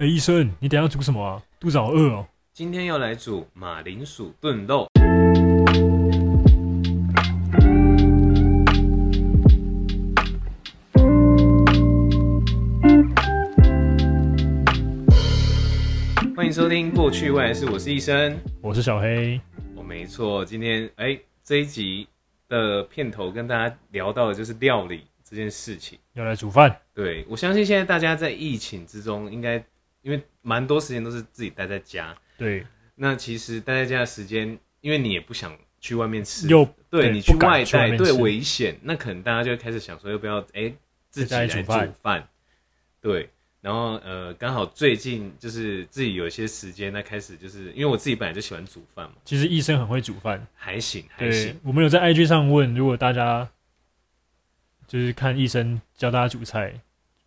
哎，医生，你等一下煮什么啊？肚子好饿哦。今天要来煮马铃薯炖肉。欢迎收听《过去未来事》，我是医生。我是小黑，我没错，今天哎、这一集的片头跟大家聊到的就是料理这件事情。要来煮饭。对我相信现在大家在疫情之中，应该因为蛮多时间都是自己待在家，对，那其实待在家的时间，因为你也不想去外面吃，又对你去外去外带，面对吃危险，那可能大家就会开始想说，要不要哎、自己在来家里煮煮饭饭？对，然后呃，刚好最近就是自己有一些时间，那开始就是因为我自己本来就喜欢煮饭嘛，其实医生很会煮饭。还行还对行，，我们有在 IG 上问，如果大家就是看医生教大家煮菜，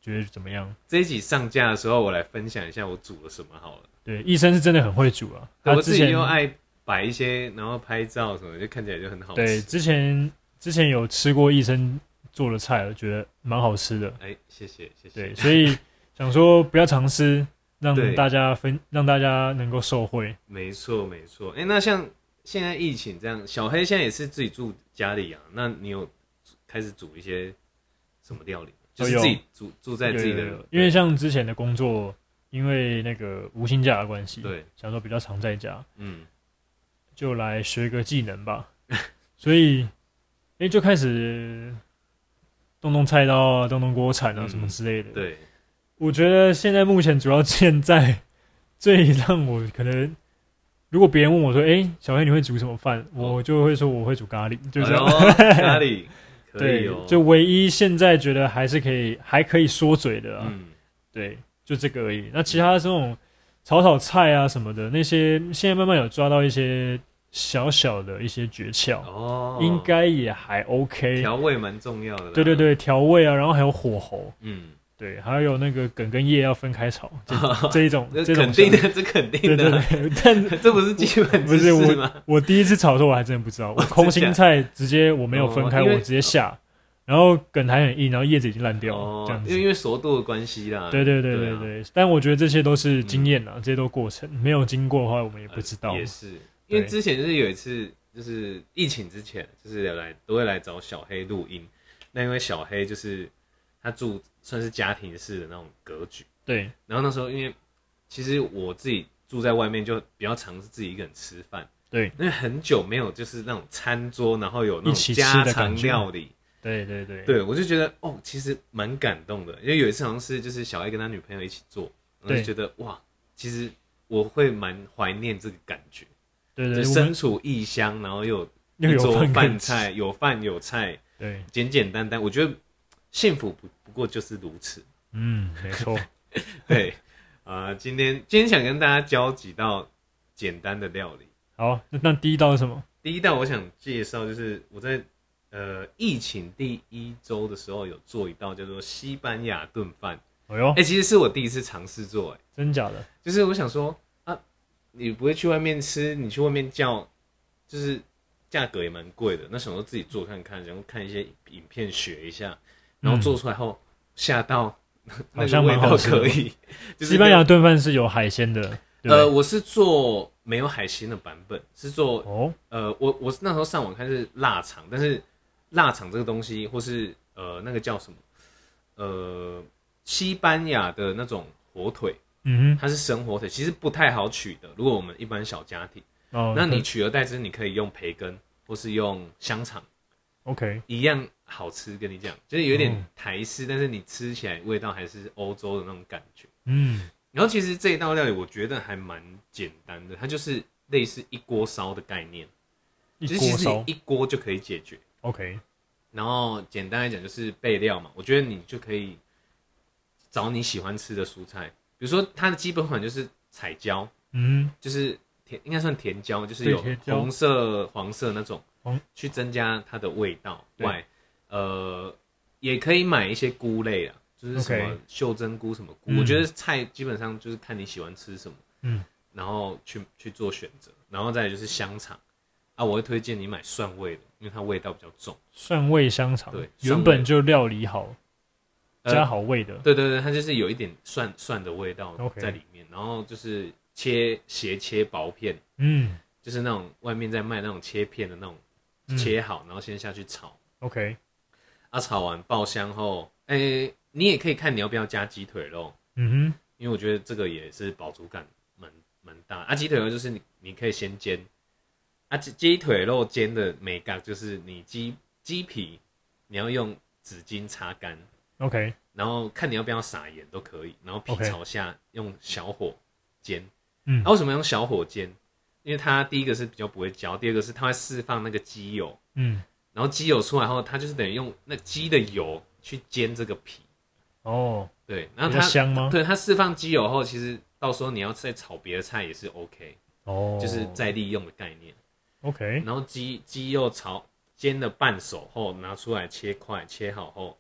觉得怎么样？这一集上架的时候，我来分享一下我煮了什么好了。对，医生是真的很会煮啊。对他我自之己前又爱摆一些，然后拍照什么的，就看起来就很好对吃。之前之前有吃过医生做的菜，我觉得蛮好吃的。哎、谢谢谢谢对，。所 以想说不要尝试，让对大家分，让大家能够受惠。没错，没错。哎、那像现在疫情这样，小黑现在也是自己住家里啊。那你有开始煮一些什么料理？都就是哦有自己住住在自己的有有有，因为像之前的工作，因为那个无薪假的关系，对，想说比较常在家，嗯，就来学个技能 吧。所以，哎、就开始动动菜刀啊，动动锅铲啊，嗯什么之类的。，对，我觉得现在目前主要现在最让我可能。如果别人问我说：“哎、小黑你会煮什么饭？”哦我就会说我会煮咖喱，就然这样。后家里可以对哦，，就唯一现在觉得还是可以，还可以说嘴的、啊，嗯，对，就这个而已。那其他这种炒炒菜啊什么的，那些现在慢慢有抓到一些小小的一些诀窍，哦，啊应该也还 OK。调味蛮重要的啦。对对，对，调味啊，然后还有火候，嗯，对，还有那个梗跟叶要分开炒， 这这一种，这这种肯定小，的，这肯对定对的， 对。但这不是基本不知是识吗？我第一次炒的时候，我还真的不知道，我空心菜直接我没有分开，哦因我为直接下，然后梗还很硬，然后叶子已经烂掉了，这哦样，子因为。因为熟度的关系啦。对对对对对啊嗯对，但我觉得这些都是经验啊，这些都过程，没有经过的话，我们也不知道。也是，因为对之前就是有一次，就是疫情之前，就是有来都会来找小黑录音。那因为小黑就是他住算是家庭式的那种格局，对然后那时候因为其实我自己住在外面，就比较常是自己一个人吃饭，对因为很久没有就是那种餐桌，然后有那一起种吃的家感常觉料理，对对对对我就觉得哦，其实蛮感动的，因为有一次好像是就是小黑跟他女朋友一起做，然后对就觉得哇，其实我会蛮怀念这个感觉。对就对，我身们处异乡，然后又又有一有桌饭可以饭吃菜，有饭有菜，对，简简单单，我觉得幸福不不过就是如此。嗯，没错， 对，啊、今天今天想跟大家教几道简单的料理。好，那那第一道是什么？第一道我想介绍就是我在呃疫情第一周的时候有做一道叫做西班牙炖饭，哎呦哎、，其实是我第一次尝试做、哎，真假的？就是我想说啊，你不会去外面吃，你去外面叫，就是价格也蛮贵的。那想说自己做看看，然后看一些影片学一下，然后做出来后吓到， 那像个味蛮好道吃的 可以。就是西班牙那炖饭是有海鲜的，对不呃，对我是做没有海鲜的版本，是做哦，呃，我我那时候上网看是腊肠，但是腊肠这个东西，或是呃那个叫什么，呃，西班牙的那种火腿。嗯它是生火腿，其实不太好取的。如果我们一般小家庭，哼，哦，那你取而代之，你可以用培根或是用香肠， OK，一样好吃。跟你讲，就是嗯有点台式，但是你吃起来味道还是欧洲的那种感觉。嗯，然后其实这一道料理我觉得还蛮简单的，它就是类似一锅烧的概念，一就是锅其实你烧一锅就可以解决。 ，OK，然后简单来讲就是备料嘛，我觉得你就可以找你喜欢吃的蔬菜，比如说它的基本款就是彩椒，嗯，就是甜，应该算甜椒，就是对有甜椒红色、黄色那种黄，去增加它的味道对外，呃，也可以买一些菇类啊，就是什 OK 么袖珍菇什么菇。嗯我觉得菜基本上就是看你喜欢吃什么，嗯，然后去去做选择，然后再来就是香肠啊，我会推荐你买蒜味的，因为它味道比较重。蒜味香肠对蒜味原本就料理好，呃加好味的，对对对，它就是有一点蒜蒜的味道 OK 在里面然后就是切斜切薄片，嗯就是那种外面在卖那种切片的那种，嗯切好，然后先下去炒， ，OK，啊，炒完爆香后，诶、你也可以看你要不要加鸡腿肉，嗯哼，因为我觉得这个也是饱足感蛮蛮大。啊，鸡腿肉就是你你可以先煎，啊，鸡鸡腿肉煎的美感就是你鸡鸡皮你要用纸巾擦干， ，OK，然后看你要不要撒盐都可以，然后皮 OK 朝下用小火煎。嗯啊，为什么用小火煎？因为它第一个是比较不会焦，第二个是它会释放那个鸡油，嗯，然后鸡油出来后，它就是等于用那鸡的油去煎这个皮。哦，对，然比后较它香吗？对它释放鸡油后，其实到时候你要再炒别的菜也是 OK，、哦，就是再利用的概念。 OK，然后鸡鸡肉炒煎了半熟后，拿出来切块，切好后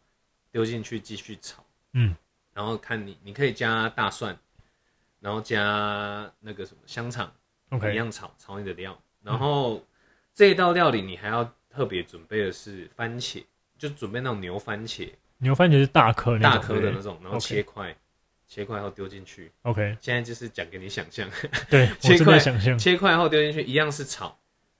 丢进去继续炒。嗯，然后看你你可以加大蒜，然后加那个什么香肠一 OK，样炒炒你的料。嗯然后、这一道料理你还要特别准备的是番茄，就准备那种牛番茄牛番茄是大颗那大种颗的那种，然后 OK 切块切块后丢进去。 ，OK，现在就是讲给你想 象。 对我切正块在想象，切块后丢进去，一样是炒。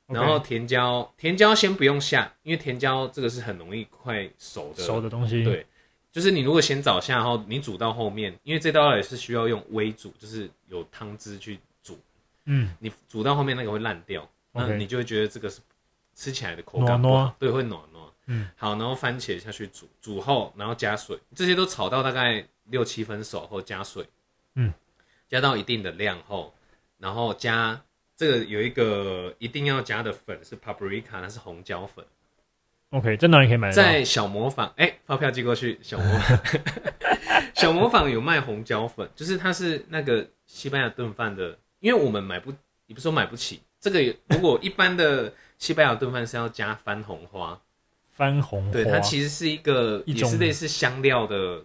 OK 然后甜椒，甜椒先不用下，因为甜椒这个是很容易快熟的。熟的东西，对，就是你如果先早下后，你煮到后面，因为这道料也是需要用微煮，就是有汤汁去煮，嗯，你煮到后面那个会烂掉，那 OK 你就会觉得这个是吃起来的口感不暖好暖对，会暖暖。嗯，好，然后番茄下去煮，煮后然后加水，这些都炒到大概六七分熟后加水，嗯，加到一定的量后，然后加这个有一个一定要加的粉是 paprika，它是红椒粉， ，OK，在哪里可以买得到？在小模仿，哎、发票寄过去，小 模仿，小模仿有卖红椒粉，就是它是那个西班牙炖饭的，因为我们买不，也不是说买不起，这个如果一般的西班牙炖饭是要加番红花，番红花，对，它其实是一个一也种是类似香料的，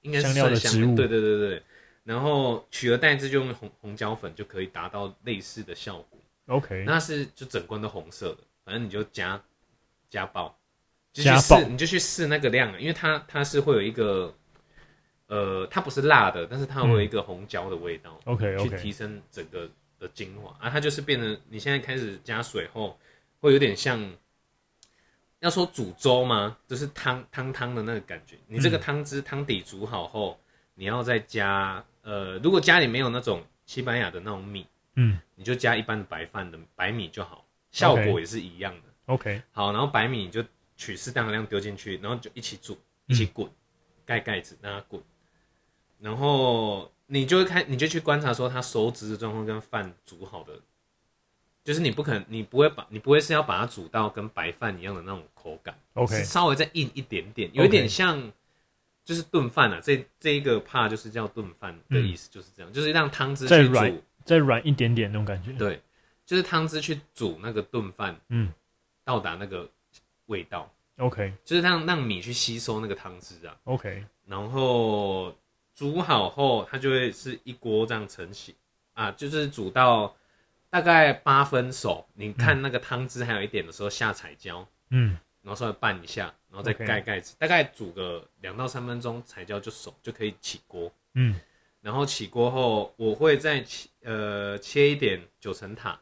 应该是香料的蒜植物对对对对。然后取而代之就用红红椒粉就可以达到类似的效果， OK，那是就整罐都红色的，反正你就加加爆，就去加试爆你就去试那个量，因为它它是会有一个呃，它不是辣的，但是它会有一个红椒的味道， OK 去 OK，提升整个的精华啊，它就是变成你现在开始加水后，会有点像，要说煮粥吗？就是汤汤汤的那个感觉。你这个嗯汤汁汤底煮好后，你要再加呃，如果家里没有那种西班牙的那种米，嗯你就加一般的白饭的白米就好，效果也是一样的。 ，OK，好，然后白米你就取适当的量丢进去，然后就一起煮，嗯一起滚，盖盖子让它滚，然后你就会看，你就去观察说它熟汁的状况跟饭煮好的，就是你不可能，你不会把，你不会是要把它煮到跟白饭一样的那种口感 OK 是稍微再硬一点点，有一点像。就是炖饭啊，这这一个怕就是叫炖饭的意思，就是这样，就是让汤汁再去软煮，再软一点点那种感觉，对，就是汤汁去煮那个炖饭，嗯到达那个味道， ，OK 就是让让米去吸收那个汤汁啊， OK，然后煮好后，它就会是一锅这样成型啊，就是煮到大概八分熟，你看那个汤汁还有一点的时候下彩椒，嗯然后稍微拌一下，然后再 OK 盖盖子大概煮个两到三分钟，彩椒就熟，就可以起锅。嗯然后起锅后，我会再切呃切一点九层塔，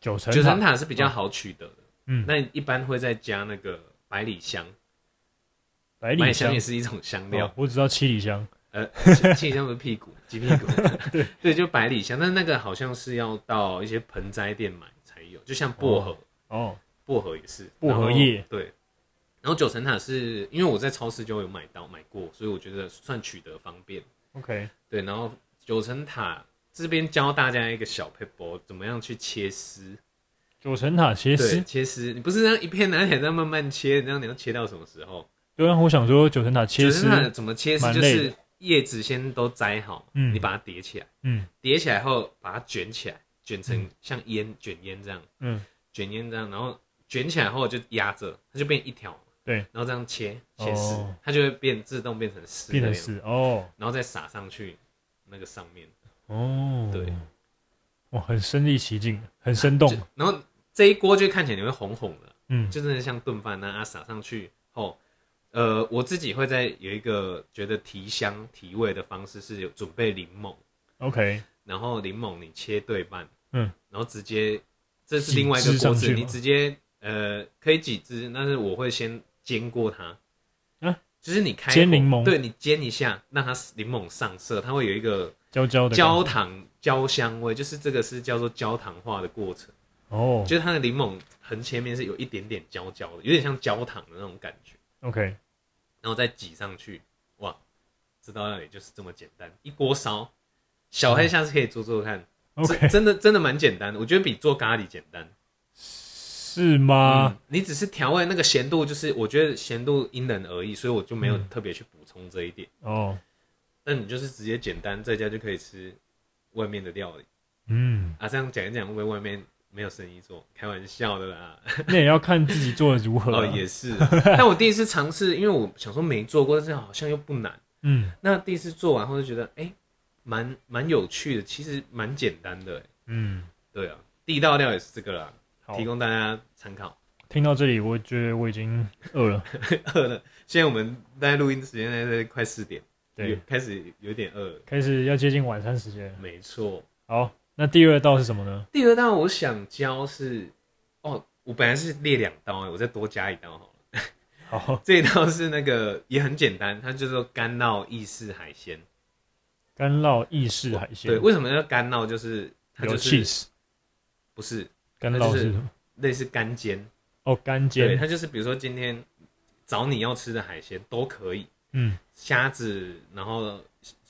九层九层塔塔是比较好取得的，嗯那一般会再加那个百里香。百百里里香香也，是一种香哦料，我只知道七里香，呃，七里香不是屁股，鸡屁 股，对就百里香，但是那个好像是要到一些盆栽店买才有，就像薄荷，哦薄荷也是，薄荷叶然后，对。然后九层塔是因为我在超市就有买到买过，所以我觉得算取得方便。 ，OK 对，然后九层塔这边教大家一个小 p a 怎么样去切丝。九层塔其对，实，切丝，你不是这样一片拿起来这样慢慢切，这样你要切到什么时候？对啊，我想说九层塔切九丝层，塔怎么切丝？蛮就累的是叶子先都摘好，嗯你把它叠起来，嗯叠起来后把它卷起来，卷成像烟卷烟这样，嗯卷烟这样，然后卷起来后就压着，它就变一条，对，然后这样切切丝，哦它就会变自动变成丝，变成，丝，哦然后再撒上去那个上面，哦，对，啊哇，很身临其境，很生动就，然后这一锅就看起来你会红红的，嗯就真的像炖饭那样啊撒上去后，呃，我自己会在有一个觉得提香提味的方式是有准备柠檬， OK，然后柠檬你切对半，嗯，然后直接这是另外一个挤汁上锅子，去你吗直接呃可以几只，但是我会先煎过它，啊，就是你开煎火柠檬对你煎一下，让它柠檬上色，它会有一个焦焦的感焦觉糖焦香味，就是这个是叫做焦糖化的过程，哦就是它的柠檬横切面是有一点点焦焦的，有点像焦糖的那种感觉， ，OK，然后再挤上去，哇，这道料理就是这么简单，一锅烧。小嗯黑下次可以做做看， OK 真真的真的蛮简单的，我觉得比做咖喱简单。是吗？嗯，你只是调味那个咸度，就是我觉得咸度因人而异，所以我就没有特别去补充这一点。哦，那、你就是直接简单在家就可以吃外面的料理嗯，啊，这样讲一讲会不会外面没有生意做？开玩笑的 啦，那也要看自己做的如何啊。哦也是。但我第一次尝试，因为我想说没做过，但是好像又不难。嗯那第一次做完后就觉得，哎、蛮蛮有趣的，其实蛮简单的、哎嗯，对啊，第一道料也是这个啦，好提，供大家参考。听到这里，我觉得我已经饿了。 饿了。现在我们大概录音时间大概快四点，有对，开始有点饿了。开始要接近晚餐时间了。没错，好，那第二道是什么呢？第二道我想教是，哦，我本来是列两刀哎，我再多加一刀好了。好，这一道是那个也很简单，它叫做干烙意式海鲜。干酪意式海鲜对，，为什么叫干烙？就是它有就是、 cheese，不是干它酪就是是什么？类似干煎，哦，干对，煎，它就是比如说今天找你要吃的海鲜都可以，嗯虾子，然后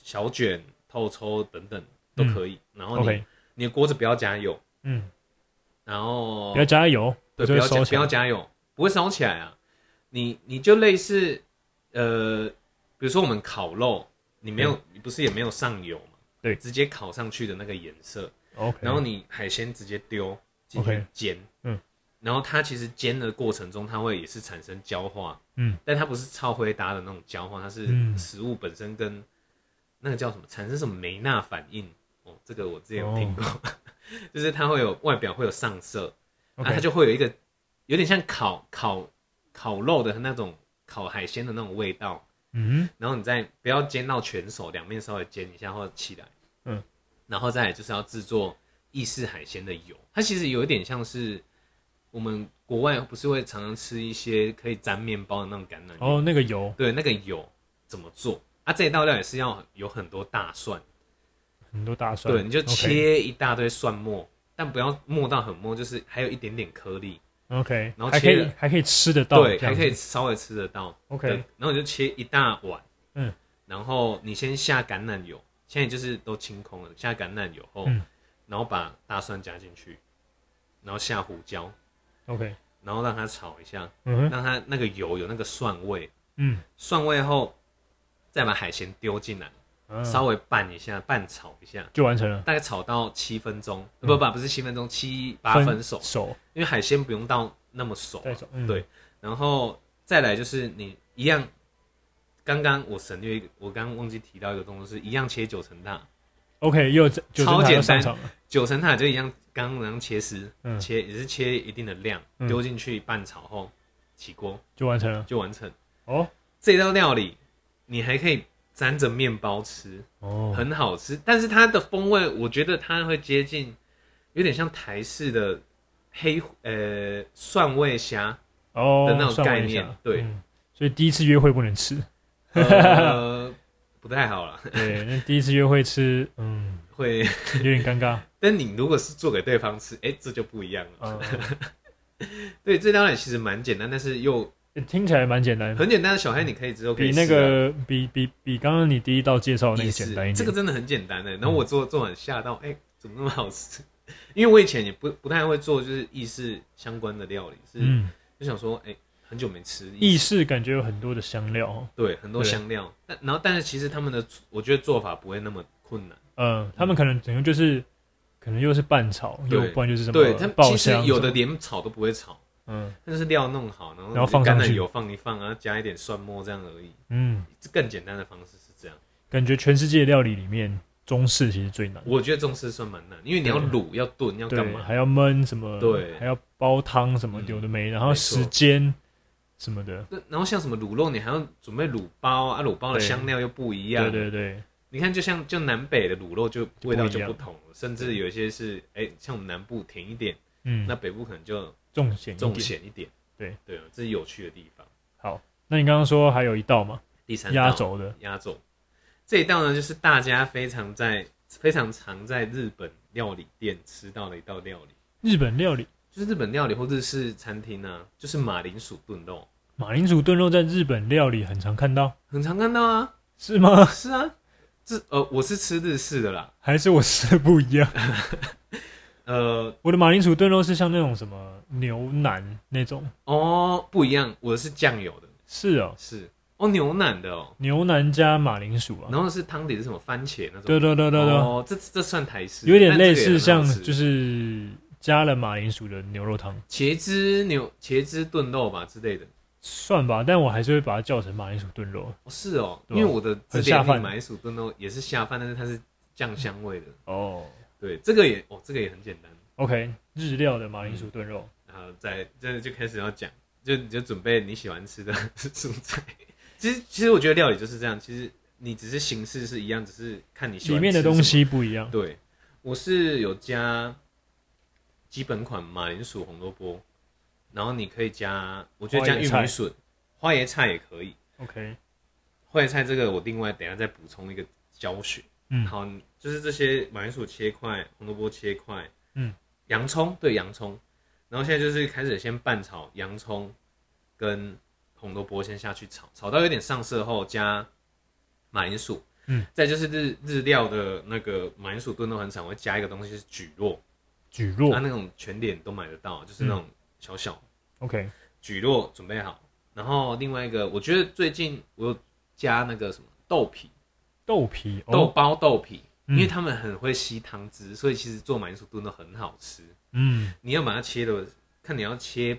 小卷、透抽等等都可以。然后你嗯，OK，你的锅子不要加油，嗯，然后不要加油，哦对就会不要加烧不起要来。加油，不会烧起来啊。你你就类似呃，比如说我们烤肉，你没有你不是也没有上油嘛？对直接烤上去的那个颜色， OK，然后你海鲜直接丢进去 OK 煎，嗯，然后它其实煎的过程中，它会也是产生焦化，嗯，但它不是超灰搭的那种焦化，它是嗯食物本身跟那个叫什么产生什么梅纳反应哦，这个我之前有听过，哦 就是它会有外表会有上色，那、啊它 OK，就会有一个有点像烤烤烤肉的那种烤海鲜的那种味道，嗯然后你再不要煎到全熟，两面稍微煎一下或者起来，嗯，然后再来就是要制作意式海鲜的油，它其实有一点像是我们国外不是会常常吃一些可以沾面包的那种橄榄油，哼，哦，那个油对，那个油怎么做？啊，这一道料也是要有很多大蒜，很多大蒜，对，你就 OK 切一大堆蒜末，但不要末到很末，就是还有一点点颗粒， ，OK，然后还可切以了还可以吃得到，对，还可以稍微吃得到。对， ，OK，然后你就切一大碗，嗯，然后你先下橄榄油，现在就是都清空了，下橄榄油后，嗯然后把大蒜加进去，然后下胡椒， ，OK，然后让它炒一下，嗯哼，让它那个油有那个蒜味，嗯蒜味后再把海鲜丢进来，嗯，稍微拌一下，拌炒一下，就完成了，大概炒到七分钟，嗯呃不不不是七分钟，七八分熟，手因为海鲜不用到那么熟啊，再手，嗯对然后再来就是你一样，刚刚我省略一个，我刚刚忘记提到一个动作，是一样切九层塔， ，OK，又有这九超层塔简要上单场了，九层塔就一样，刚刚那样切丝，嗯切也是切一定的量，嗯丢进去拌炒后起锅就完成了，就完成。哦这道料理你还可以沾着面包吃，哦，很好吃，但是它的风味我觉得它会接近，有点像台式的黑呃蒜味虾，哦的那种算我概一下念对嗯所以第一次约会不能 吃， 呃不太好了，对，那第一次约会吃，嗯，会。有点尴 尬，但你如果是做给对方吃，哎、这就不一样了。嗯，对，这当然其实蛮简单，但是又听起来蛮简单的，很简单的小黑，你可以之后可以比那试啊个比比比刚刚你第一道介绍的那意个式简单一点，嗯这个真的很简单欸的。然后我做做完吓到，哎、怎么那么好吃？ 因为我以前也不不太会做，就是意式相关的料理，是、嗯，就想说，哎、很久没吃意式，式感觉有很多的香料哦，对，很多对香料。但然后，但是其实他们的我觉得做法不会那么困难。嗯，他们可能整个就是可能又是半炒，对又不然就是什对，么他们爆其实香，有的连炒都不会炒，嗯它就是料弄好，然后然后放橄上榄去油放一放，然后加一点蒜末这样而已。嗯，这更简单的方式是这样。感觉全世界料理里面中式其实最难，我觉得中式算蛮难，因为你要卤、要炖、要干对，嘛？还要焖什么，对还要煲汤什么嗯有的没，然后没错时间什么的。那然后像什么卤肉，你还要准备卤包啊，卤包的对香料又不一样。对对对，你看，就像就南北的卤肉就就不味道一就样不同了，甚至有一些是哎、像我们南部甜一点，嗯，那北部可能就重险一点重。咸一点。对对，这是有趣的地方。好，那你刚刚说还有一道嘛，第三道压轴的，压轴这一道呢，就是大家非常在非常常在日本料理店吃到的一道料理，日本料理就是日本料理或日式餐厅啊，就是马铃薯炖肉，马铃薯炖肉在日本料理很常看到，很常看到啊。是吗？ 是啊，这呃，我是吃日式的啦，还是我吃的不一样？呃，我的马铃薯炖肉是像那种什么牛腩那种，哦，不一样，我是酱油的，是哦，是哦，牛腩的哦，牛腩加马铃薯啊。然后是汤底是什么番茄那种，对对对对对，哦，这这算台式，有点但这个类也似很好像吃就是加了马铃薯的牛肉汤，茄汁牛茄汁炖肉吧之类的。算吧，但我还是会把它叫成马铃薯炖肉。哦，是哦，因对啊为我的字很下典饭里马铃薯炖肉也是下饭，但是它是酱香味的。哦对，这个也哦，这个也很简单。 ，OK，日料的马铃薯炖肉，然后再这就开始要讲，就你就准备你喜欢吃的 蔬菜。其实其实我觉得料理就是这样，其实你只是形式是一样，只是看你喜欢里面的吃什么东。西不一样。对，我是有加基本款马铃薯红萝卜，然后你可以加，我觉得加花椰玉菜米笋、花椰菜也可以。 OK，花椰菜这个我另外等一下再补充一个教学。嗯好，就是这些马铃薯切块、红萝卜切块，嗯，洋葱对洋葱，然后现在就是开始先拌炒洋葱跟红萝卜先下去炒，炒到有点上色后加马铃薯，嗯，再就是日日料的那个马铃薯炖肉很常会加一个东西是蒟蒻，哦蒟它蒻那种全脸都买得到，就是嗯那种小小，OK，蒟蒻准备好，然后另外一个我觉得最近我有加那个什么豆皮。豆皮豆哦，包豆皮，嗯因为他们很会吸汤汁，所以其实做马铃薯炖的很好吃。嗯，你要把它切的，看你要切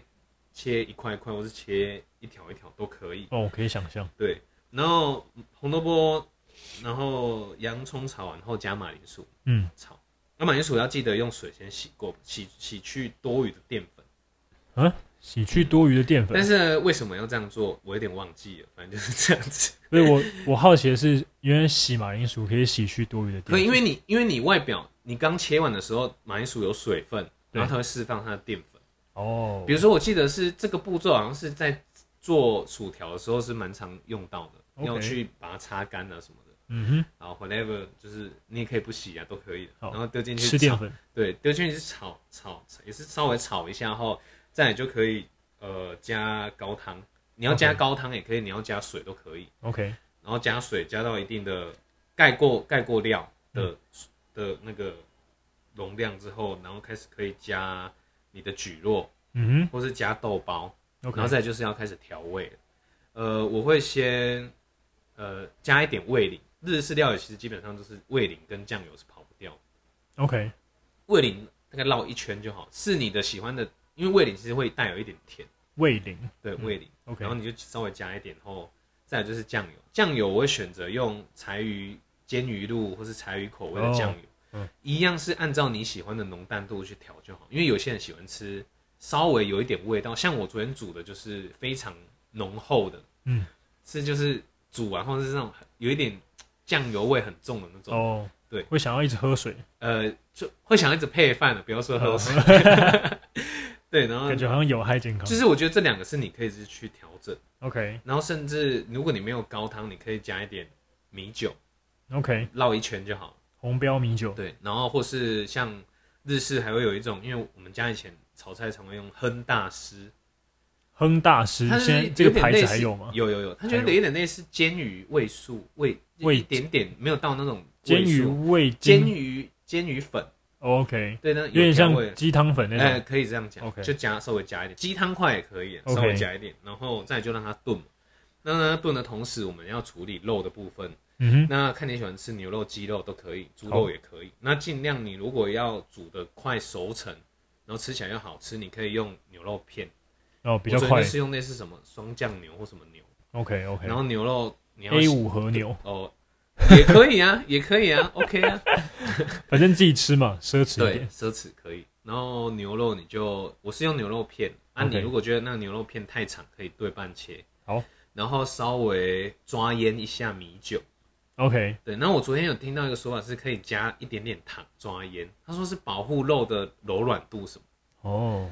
切一块一块，或是切一条一条都可以。哦，我可以想象，对，然后红萝卜，然后洋葱炒完后加马铃薯嗯，炒。那马铃薯要记得用水先洗过，洗洗去多余的淀粉。洗去多余的淀粉但。是呢为什么要这样做，我有点忘记了，反正就是这样子。所以我我好奇的是，原来洗马铃薯可以洗去多余的淀可粉，以，因为你因为你外表你刚切完的时候，马铃薯有水分，然后它会释放它的淀粉。哦比，如说，我记得是这个步骤，好像是在做薯条的时候是蛮常用到的 OK 要去把它擦干啊什么的。嗯然后 whatever，就是你也可以不洗啊，都可以的。好然后丢进哼，去吃淀炒，粉，对，丢进去炒炒炒，也是稍微炒一下后，再来就可以呃加高汤。你要加 OK 高汤也可以你要加水都可以。 ，OK，然后加水加到一定的盖过盖过料的、嗯的那个容量之后，然后开始可以加你的蒟蒻，嗯或是加豆包。哼，OK，然后再就是要开始调味了。呃，我会先呃加一点味淋，日式料理其实基本上就是味淋跟酱油是跑不掉的。 OK，味淋大概绕一圈就好，是你的喜欢的，因为味淋其实会带有一点甜，味淋对味淋，嗯，OK，然后你就稍微加一点后，再来就是酱油，酱油我会选择用柴鱼煎鱼露或是柴鱼口味的酱油，哦嗯一样是按照你喜欢的浓淡度去调就好，因为有些人喜欢吃稍微有一点味道，像我昨天煮的就是非常浓厚的，嗯，是就是煮完后是那种很有一点酱油味很重的那种，哦，对会想要一直喝水，呃，就会想一直配饭的，不要说喝水， 对，然后哦感觉好像有害健康就是我觉得这两个是你可以是去调整。 ，OK，OK，然后甚至如果你没有高汤，你可以加一点米酒，绕一圈就好。红标米酒，对，然后或是像日式还会有一种，因为我们家以前炒菜常会用亨大师，亨大师，它嗯现是在有这个点牌类子似还有吗？有有有，它觉得有点类似煎鱼味素味，味一点点没有到那种煎味鱼素味煎精哦鱼煎鱼粉， ，OK，对，那有有点调像味。鸡汤粉那哎、种，可以这样讲 OK 就加稍微加一点，鸡汤块也可以， OK 稍微加一点然后再就让它炖。那让它炖的同时，我们要处理肉的部分，嗯哼， 那看你喜欢吃牛肉、鸡肉都可以，猪好肉也可以。那尽量你如果要煮的快熟成，然后吃起来又好吃，你可以用牛肉片，哦，比较我昨快哎天就是用类似什么双酱牛或什么牛，然，OK，OK，A 后牛肉你要五和牛，哦，也可以啊， 也可以啊，OK 啊，反正自己吃嘛，奢侈一对，点，奢侈可以。然后牛肉你就我是用牛肉片，啊， OK 你如果觉得那个牛肉片太长，可以对半切，好然后稍微抓腌一下米酒。 ，OK，对，那我昨天有听到一个说法是可以加一点点糖抓腌，他说是保护肉的柔软度什么，哦，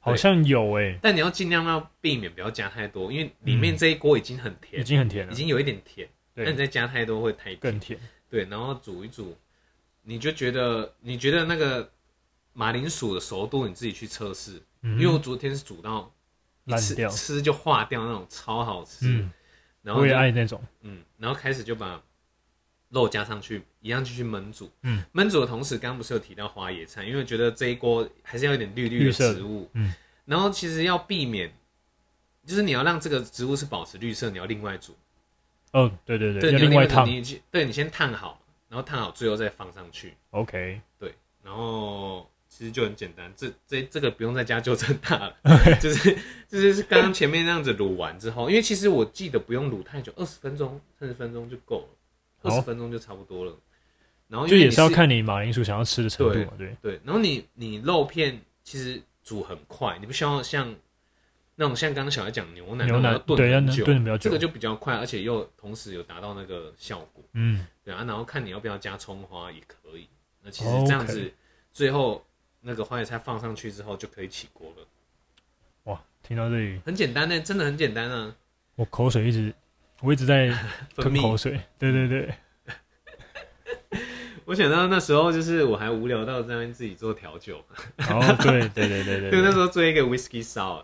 好像有诶、但你要尽量要避免不要加太多，因为里面这一锅已经很嗯已甜，经很甜了已，经有一点甜，那你对，再加太多会太甜。更甜。对，然后煮一煮，你就觉得你觉得那个马铃薯的熟度你自己去测试，嗯因为我昨天是煮到一烂吃掉吃就化掉那种超好吃，嗯，然后我也就爱那种，嗯，然后开始就把肉加上去，一样继续焖煮。嗯，焖煮的同时，刚刚不是有提到花椰菜，因为觉得这一锅还是要有点绿绿绿的色的植物。嗯，然后其实要避免，就是你要让这个植物是保持绿色，你要另外煮。哦，对对对，你要要另外烫你去对你先烫好，然后烫好最后再放上去。 ，OK，对，然后其实就很简单，这这这个不用再加纠正大了， 就是就是是刚刚前面那样子卤完之后，因为其实我记得不用卤太久，二十分钟、三十分钟就够了，二好十分钟就差不多了。然后哦因就为也你是要看你马铃薯想要吃的程度对嘛，对，对，然后你你肉片其实煮很快，你不需要像那种像刚刚小孩讲牛奶牛那奶种要对要炖能很久，炖得比较久这个就比较快，而且又同时有达到那个效果。嗯，对啊，然后看你要不要加葱花也可以。那其实 OK 这样子最后那个花椰菜放上去之后就可以起锅了，哇，听到这里，很简单呢、真的很简单啊。我口水一直，我一直在分吞口泌，水，对对对，我想到那时候就是我还无聊到在那边自己做调酒，然后哦对对对对 对，对 那对，时候做一个 whisky sour。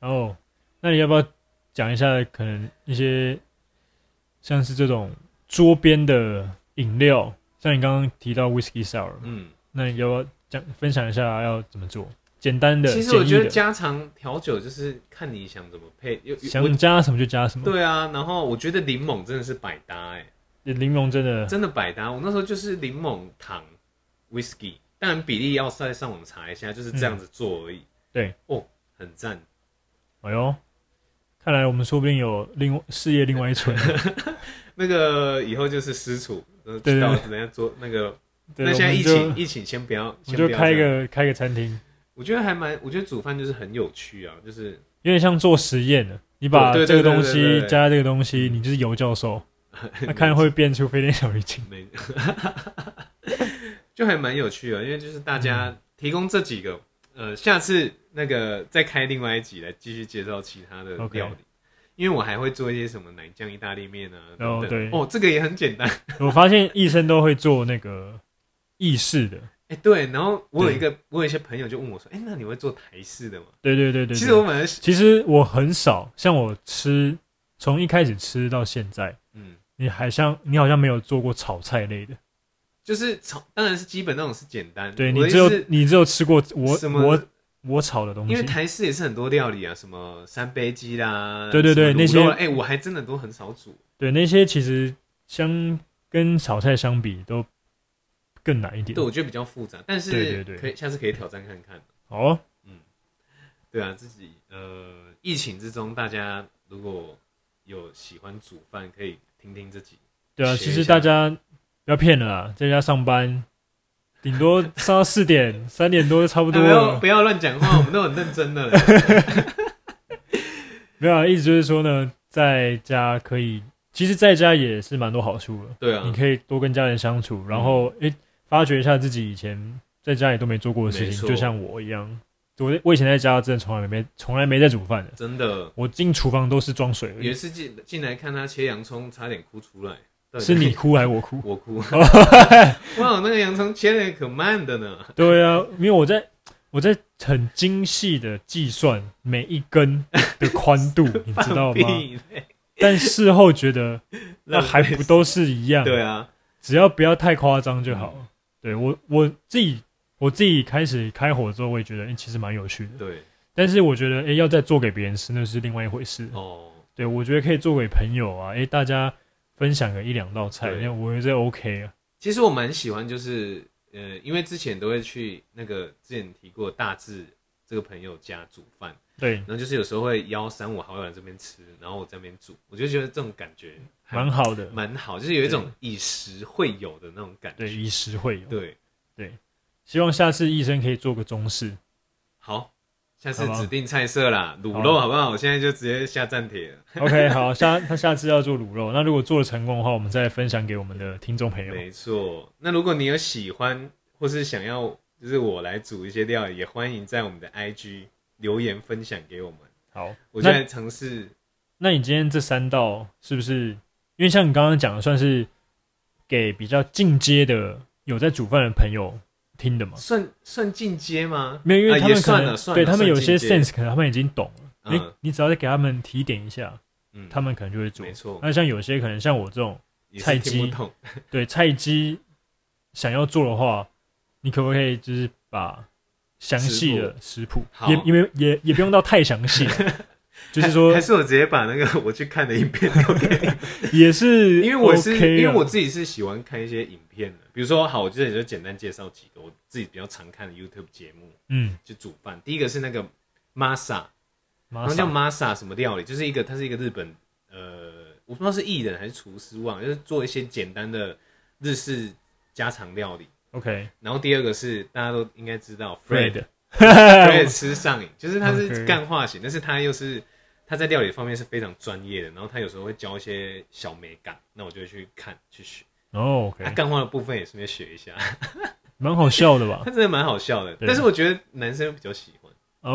哦，那你要不要讲一下可能一些像是这种桌边的饮料，像你刚刚提到 whisky sour，嗯，那你要不要讲分享一下要怎么做？简单的，其实我觉简易得的家常调酒就是看你想怎么配，有有想加什么就加什么，对啊，然后我觉得柠檬真的是百搭哎、柠檬真的真的百搭。我那时候就是柠檬糖 whisky，当然比例要再上网查一下，就是这样子做而已。对，哦，很赞。哎呦，看来我们说不定有另外事业另外一 村。那个以后就是私厨，呃对知道对怎么样做那个。对，那现在疫我情，们就疫情先不要，我们先就不要开一这样。个开个餐厅，我觉得还蛮，我觉得煮饭就是很有趣啊，就是有点像做实验的。你把对这个对对东对对嗯西对加这个东西，你就是尤教 授，那看会变出飞天小女警。没， 就还蛮有趣的，因为就是大家嗯提供这几个，呃，下次那个再开另外一集来继续介绍其他的 OK 料理。因为我还会做一些什么奶酱意大利面啊，哦等等。对哦，这个也很简单。 我发现医生都会做那个意式的，哎、对，然后我有一个，我有一些朋友就问我说：“哎、那你会做台式的吗对对对对。对？”其实我本来是，其实我很少，像我吃从一开始吃到现在，嗯，你还像你好像没有做过炒菜类的，就是炒，当然是基本那种是简单。对我你的意只思有是你只有吃过我什么我我炒的东西因为，台式也是很多料理啊，什么三杯鸡啦，对对对什么卤肉啦那哎、我还真的都很少煮。对，那些其实相跟炒菜相比都更难一点对，。我觉得比较复杂，但是对对对可以下次可以挑战看看。好哦，对啊，自己呃，疫情之中，大家如果有喜欢煮饭，可以听听自己。对啊，学一其实下大家不要骗了啦，在家上班，顶多上到四点、 三点多就差不哎不多不要了。不要乱讲话，我们都很认真的。 没有啊，意思就是说呢，在家可以，其实在家也是蛮多好处的。对啊你，可以多跟家人相嗯处，然后诶、发掘一下自己以前在家里都没做过的事没情，错就像我一样，我我以前在家真的从来没从来没在煮饭的，真的我进厨房都是装水而有一已，次进进来看他切洋葱，差点哭出来。到底？是你哭还是我哭 我哭，哇，那个洋葱切的可慢的呢。对啊，因为我在我在很精细的计算每一根的宽 度，你知道吗？屁嘞但事后觉 得那还不都是一样，对嗯啊，只要不要太夸张就好。对我我自己我自己开始开火之后，我也觉得、诶其实蛮有趣的。对但是我觉得，诶，要再做给别人吃，那是另外一回事。哦，对，我觉得可以做给朋友啊，诶，大家分享个一两道菜，对那我觉得 OK 啊。其实我蛮喜欢，就是呃，因为之前都会去那个之前提过大志这个朋友家煮饭，对，然后就是有时候会邀三五好友来这边吃，然后我在那边煮，我就觉得这种感觉还蛮好的，蛮好，就是有一种以食会友的那种感对，觉。以食会友。对，希望下次医生可以做个中式，好，下好次吧啊指定菜色啦，卤肉好不好？我现在就直接下暂停了。 OK，好，下他下次要做卤肉，那如果做的成功的话，我们再分享给我们的听众朋友。没错，那如果你有喜欢或是想要，就是我来煮一些料理，也欢迎在我们的 IG 留言分享给我们。好，我那现在尝试那你今天这三道是不是？因为像你刚刚讲的，算是给比较进阶的有在煮饭的朋友听的嘛？算算进阶吗？没有，因为啊他们也可算能、了算了，对他们有些算进阶 sense，可能他们已经懂了。你嗯你只要再给他们提点一下，嗯，他们可能就会做没。错，那像有些可能像我这种，也是菜听鸡不懂，对菜鸡想要做的话，你可不可以就是把详细的食谱好，也因为也也不用到太详 细，就是说还是我直接把那个我去看的影片丢给你， 也是 OK 啊的，因为我是、因为我自己是喜欢看一些影片的，比如说好，我这里就简单介绍几个我自己比较常看的 YouTube 节目，嗯，就煮饭。第一个是那个 Masa，马然后叫上 Masa 什么料理，就是一个他是一个日本呃，我不知道是艺人还是厨师忘了，就是做一些简单的日式家常料理。 OK 然后第二个是大家都应该知道 Fred，Fred Fred，吃上瘾，就是他 OK 是干化型，但是他又是他在料理方面是非常专业的，然后他有时候会教一些小美感，那我就会去看去学。啊哦 OK，他干话的部分也顺便学一下， 蛮好笑的吧他真的蛮好笑的，对但是我觉得男生比较喜欢，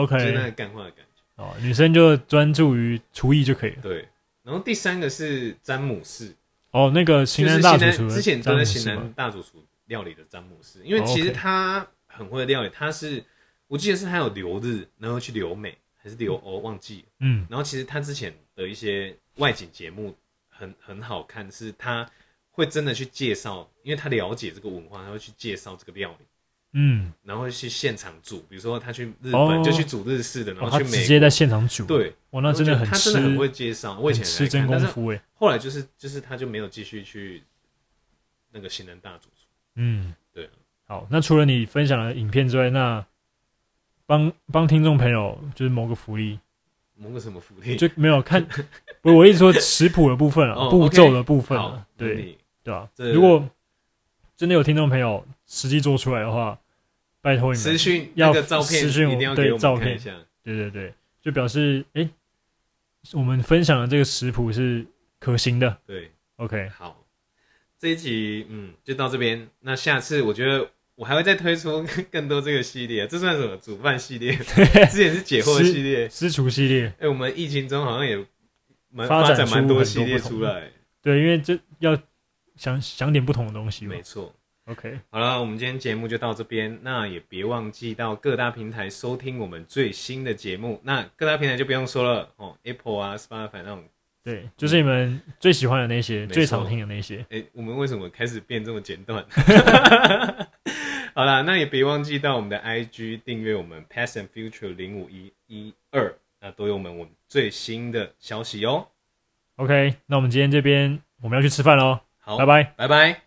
就是那？OK，个干话的感觉。哦，女生就专注于厨艺就可以了。对，然后第三个是詹姆士，哦，那个型就是男型大男主厨之前都詹在姆型斯嘛男大主厨料理的詹姆士，因为其哦实，OK 他很会料理，他是我记得是他有留日，然后去留美还是留欧，忘记了。嗯然后其实他之前的一些外景节目很很好看，是他会真的去介绍，因为他了解这个文化，他会去介绍这个料理。嗯，然后会去现场煮，比如说他去日本、哦就去煮日式的，然哦，后他去直美接国，在现场煮，，对，哇，那真的很他吃真的很会介绍。我以前很也吃在看真功但是夫哎，后来就是就是他就没有继续去那个新人大主厨。嗯，对啊好，那除了你分享的影片之外，那帮帮听众朋友就是谋个福利，谋个什么福利？就没有 看，不是我一直说食谱的部分啊，哦步 OK，骤的部分好啊，，对你对啊。这如果真的有听众朋友实际做出来的话，拜托你私们，讯要那个照片私讯我一定要对给我照们看片一下。对对对，就表示诶，我们分享的这个食谱是可行的。对， OK，好，这一集嗯就到这边。那下次我觉得我还会再推出 更多这个系列，这算什么煮饭系列？ 之前是解惑系列。私厨系列，哎、我们疫情中好像也蛮发发展展蛮出多很系多列不同出的来。对，因为这要想想点不同的东西嘛没。错。 OK，好了，我们今天节目就到这边。那也别忘记到各大平台收听我们最新的节目。那各大平台就不用说了哦，Apple 啊、Spotify 那种。对，就是你们最喜欢的那些，没最常错听的那些。哎、我们为什么开始变这么简短？ 好啦，那也别忘记到我们的 IG 订阅我们 Past and Future 零五一一二，那都有我们我们最新的消息哦。 OK，那我们今天这边我们要去吃饭喽，好，拜，拜。拜拜。